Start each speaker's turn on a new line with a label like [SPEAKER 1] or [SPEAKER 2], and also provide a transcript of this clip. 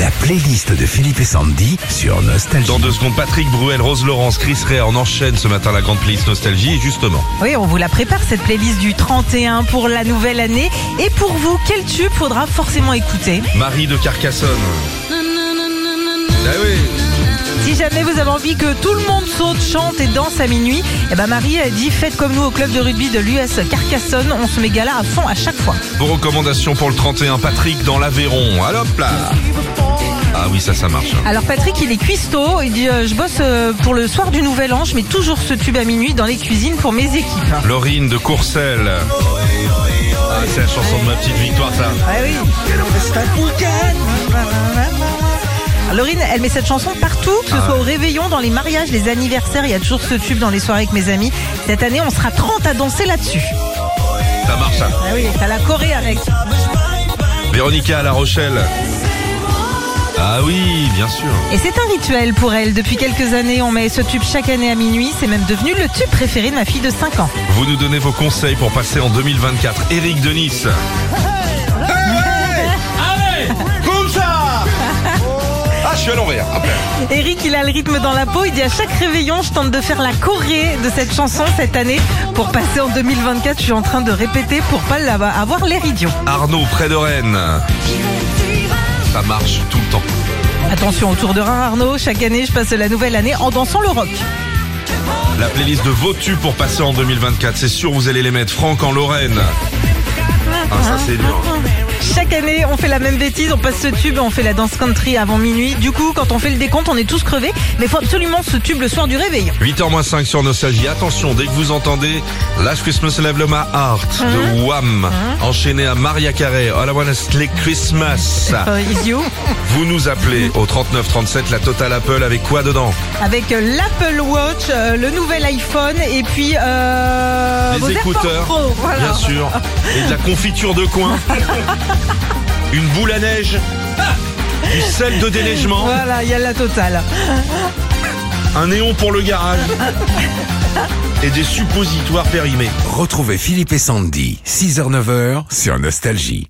[SPEAKER 1] La playlist de Philippe et Sandy sur Nostalgie.
[SPEAKER 2] Dans deux secondes, Patrick Bruel, Rose Laurence, Chris Ray en enchaîne ce matin la grande playlist Nostalgie. Et justement,
[SPEAKER 3] Oui, on vous la prépare cette playlist du 31 pour la nouvelle année. Et pour vous, quel tube faudra forcément écouter
[SPEAKER 2] Marie de Carcassonne. Ah oui.
[SPEAKER 3] Si jamais vous avez envie que tout le monde saute, chante et danse à minuit, eh ben Marie a dit faites comme nous au club de rugby de l'US Carcassonne. On se met gala à fond à chaque fois.
[SPEAKER 2] Vos recommandations pour le 31, Patrick dans l'Aveyron. Ah hop là Ah oui, ça, ça marche. hein.
[SPEAKER 3] Alors Patrick, il est cuistot. Il dit euh, je bosse euh, pour le soir du Nouvel An. Je mets toujours ce tube à minuit dans les cuisines pour mes équipes.
[SPEAKER 2] Laurine de Courcelles. Ah, c'est la chanson de ma petite victoire, ça.
[SPEAKER 3] Ah oui. Laurine, elle met cette chanson partout, que ce soit au réveillon, dans les mariages, les anniversaires. Il y a toujours ce tube dans les soirées avec mes amis. Cette année, on sera 30 à danser là-dessus.
[SPEAKER 2] Ça marche, ça.
[SPEAKER 3] Ah oui, t'as la Corée avec.
[SPEAKER 2] Véronica à La Rochelle. Ah oui, bien sûr.
[SPEAKER 3] Et c'est un rituel pour elle. Depuis quelques années, on met ce tube chaque année à minuit. C'est même devenu le tube préféré de ma fille de 5 ans.
[SPEAKER 2] Vous nous donnez vos conseils pour passer en 2024. Eric de Nice. Comme ça Ah, je suis à l'envers. Après.
[SPEAKER 3] Eric, il a le rythme dans la peau. Il dit à chaque réveillon, je tente de faire la Corée de cette chanson cette année. Pour passer en 2024, je suis en train de répéter pour pas la- avoir l'air idiot.
[SPEAKER 2] Arnaud, près de Rennes. Ça marche tout le temps.
[SPEAKER 3] Attention au tour de Rhin, Arnaud. Chaque année, je passe la nouvelle année en dansant le rock.
[SPEAKER 2] La playlist de vos tubes pour passer en 2024. C'est sûr, vous allez les mettre. Franck en Lorraine. Ah, ça, c'est dur.
[SPEAKER 3] Chaque année, on fait la même bêtise, on passe ce tube, on fait la danse country avant minuit. Du coup, quand on fait le décompte, on est tous crevés, mais faut absolument ce tube le soir du réveil.
[SPEAKER 2] 8h-5 sur Nostalgie. Attention, dès que vous entendez Last Christmas Love My Heart de Wham, enchaîné à Maria Carey, All I Wanna Sleep Christmas.
[SPEAKER 3] Euh, idiot.
[SPEAKER 2] Vous nous appelez au 3937, la Total Apple, avec quoi dedans
[SPEAKER 3] Avec euh, l'Apple Watch, euh, le nouvel iPhone et puis euh, vos
[SPEAKER 2] Les
[SPEAKER 3] AirPods
[SPEAKER 2] écouteurs,
[SPEAKER 3] Pro, voilà.
[SPEAKER 2] bien sûr, et de la confiture de coin, une boule à neige, du sel de déneigement,
[SPEAKER 3] Voilà, il y a la totale.
[SPEAKER 2] un néon pour le garage et des suppositoires périmés.
[SPEAKER 1] Retrouvez Philippe et Sandy, 6h-9h sur Nostalgie.